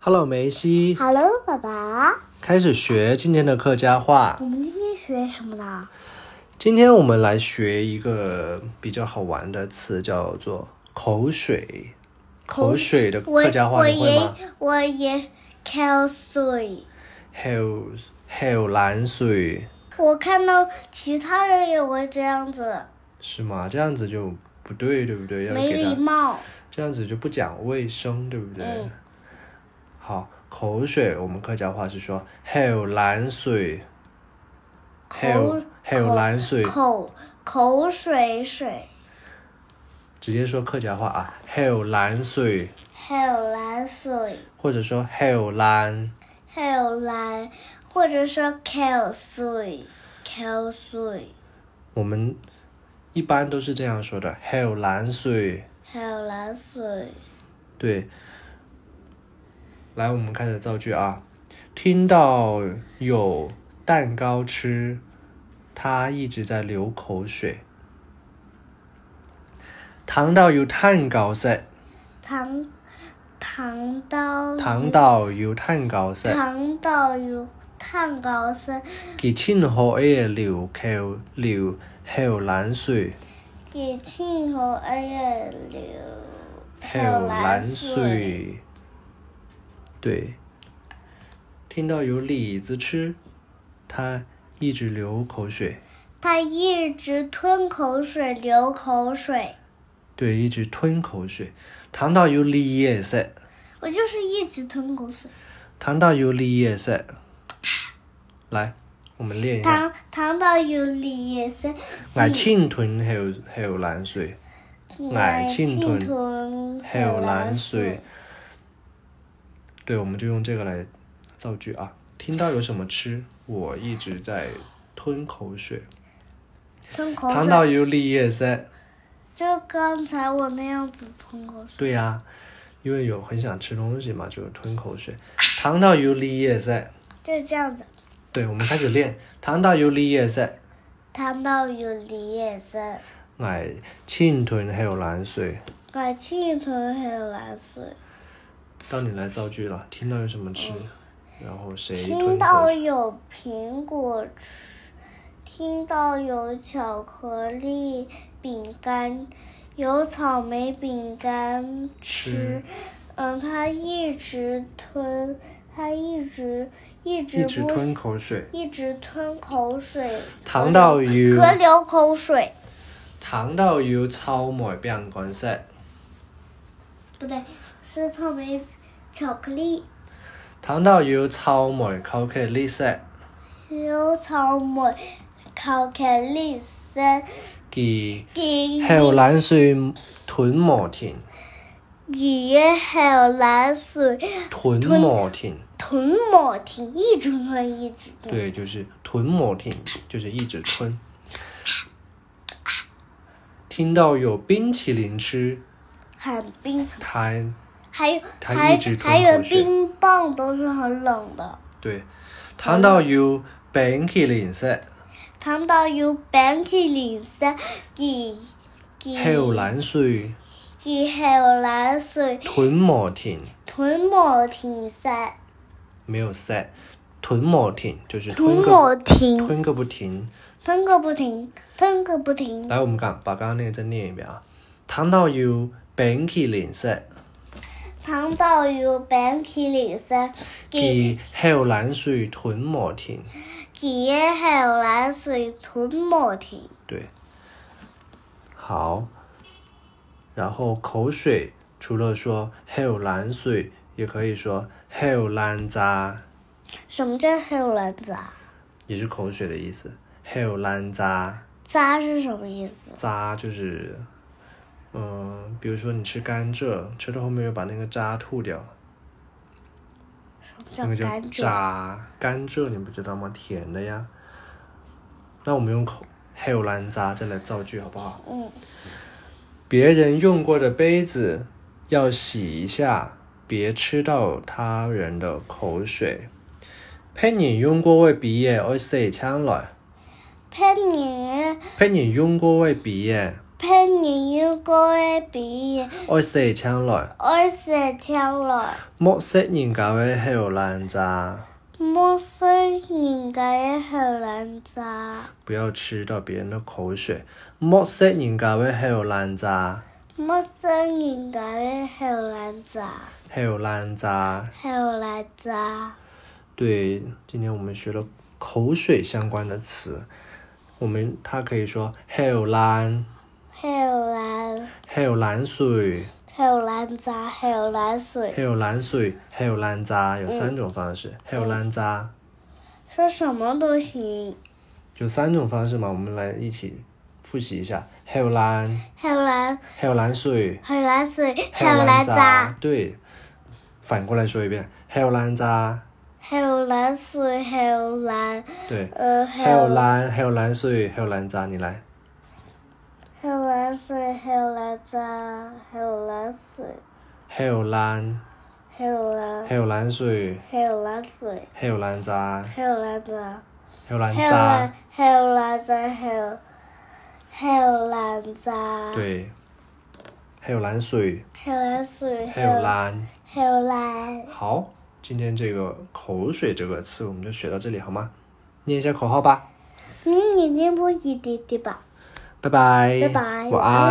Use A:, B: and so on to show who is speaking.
A: Hello，梅西，
B: Hello，爸爸，
A: 开始学今天的客家话
B: 我。们今天学什么呢？
A: 今天我们来学一个比较好玩的词，叫做口水。口水的
B: 我
A: 客家话
B: 我
A: 你会
B: 也
A: 吗
B: 我也口水。
A: ？Hell hell 蓝水
B: 我看到其他人也会这样子，
A: 是吗？这样子就不对，对不对？要
B: 没
A: 给
B: 礼
A: 他
B: 貌。
A: 这样子就不讲卫生，对不对？
B: 嗯
A: 好，口水我们客家话是说 hell 蓝水
B: 口
A: ，hell hell 蓝水，
B: 口口水水，
A: 直接说客家话啊，hell 蓝水。
B: 还有蓝水，
A: 或者说 hell 蓝
B: 还有蓝，或者说口水，口水，
A: 我们一般都是这样说的 hell 蓝水。
B: 还有蓝水。
A: 对，来，我们开始造句啊。听到有蛋糕吃，他一直在流口水。糖到有蛋糕食，
B: 糖糖刀
A: 糖到有蛋糕食，
B: 糖到有蛋糕声，
A: 佢千可以流口流口冷水，
B: 给庆和二月流
A: 口冷。水。对，听到有李子吃，他一直流口水。
B: 他一直吞口水，流口水。
A: 对，一直吞口水。糖到有梨叶色，
B: 我就是一直吞口水。
A: 糖到有梨叶色。来，我们练一下。
B: 糖糖到有李声，
A: 我清吞后后冷水，爱庆
B: 吞
A: 吞
B: 还
A: 后冷水。。对，我们就用这个来造句啊。听到有什么吃，我一直在吞口水。
B: 吞口
A: 糖
B: 水，
A: 到有梨叶色。
B: 就刚才我那样子吞口水。
A: 对呀、因为有很想吃东西嘛，就吞口水。糖到有梨叶色。
B: 就是这样子。
A: 对，我们开始练。糖到有梨叶色。
B: 糖到有李声，
A: 爱哎清吞后冷水。
B: 爱庆吞还有蓝水。
A: 到你来造句了，听到有什么吃，然后谁
B: 听
A: 吞
B: 到
A: 口水？
B: 有苹果吃，听到有巧克力饼干，有草莓饼干吃
A: 吃。
B: 嗯，他一直吞，他一直一直
A: 一直
B: 不
A: 吞口水。
B: 一直吞口水，
A: 糖到有
B: 和流口水。
A: 糖到有草莓饼干食，
B: 不对，是草莓巧克力，
A: 糖到有草莓巧克力食，
B: 有草莓巧克力三
A: 其
B: 给
A: 后冷水吞无停，
B: 也还有蓝水
A: 吞无停。
B: 吞没停，一直吞一直吞。
A: 对，就是吞没停，就是一直吞。听到有冰淇淋吃，
B: 很冰，
A: 他
B: 还有
A: 它
B: 还
A: 一直吞
B: 还有
A: 口水
B: 冰棒都是很冷的。
A: 对，糖到有冰淇淋食，
B: 糖到有冰淇淋三给给
A: 后冷水
B: 给还有蓝水
A: 吞没停。
B: 吞没停三
A: 没有塞，吞没停就是
B: 吞
A: 吞个
B: 没停，
A: 吞个不停。
B: 吞个不停，吞个不停。
A: 来，我们刚把刚刚那个再念一遍啊。糖到有冰淇淋食，
B: 糖到有冰淇淋三给
A: 其后冷水吞没停。
B: 给还有蓝水吞没停，
A: 对，好。然后口水除了说后冷水，也可以说后冷渣，
B: 什么叫还有蓝子啊？
A: 也是口水的意思。后冷渣，
B: 渣是什么意思？
A: 渣就是，嗯、比如说你吃甘蔗，吃到后面又把那个渣吐掉。
B: 什
A: 那
B: 么
A: 个
B: 叫
A: 叫
B: 甘蔗？
A: 渣甘蔗，你不知道吗？甜的呀。那我们用口还有兰渣再来造句好不好？
B: 嗯，
A: 别人用过的杯子要洗一下，别吃到他人的口水。别人用过的鼻液要洗一下来，
B: 骗你
A: 别人用过的鼻液
B: Penny 應該哎比
A: 我四槍來，
B: 愛射槍來，
A: 莫識研究嘅後爛渣，
B: 莫須研究嘅後兩渣，
A: 不要吃到別人的口水。莫識研究嘅後爛渣，
B: 莫須研究嘅後兩渣，
A: 後爛渣。
B: 後兩渣。
A: 对，今天我們學了口水相關的詞，我們它可以說後爛、
B: 後兩
A: 後爛水、
B: 後兩渣，後兩水。
A: 後爛水、後爛渣，有三種方式。後爛渣
B: 說什麼都行。
A: 有三種方式嘛，我們來一起複習一下。後爛、
B: 後兩
A: 後爛水、
B: 後兩水，
A: 後
B: 後兩
A: 爛
B: 渣
A: 渣。，對，反過來說一遍，後爛渣，
B: 後兩水，後兩
A: 對，
B: 呃
A: 後
B: 後兩
A: 爛後爛水後爛渣，你來。
B: 後兩水，後兩渣，後兩水，
A: 後爛
B: 後兩
A: 後爛水
B: 後兩水，
A: 後爛渣
B: 後兩渣。
A: 後爛
B: 後
A: 渣
B: 兩，後兩渣，後後兩渣。
A: 對，後爛水
B: 後兩水，
A: 後
B: 後
A: 爛。
B: 後兩。
A: 好，今天這個口水這個詞我們就學到這裡好嗎？念一下口號吧，
B: 你已经不一滴滴吧？
A: 拜拜，
B: 拜拜
A: 晚安。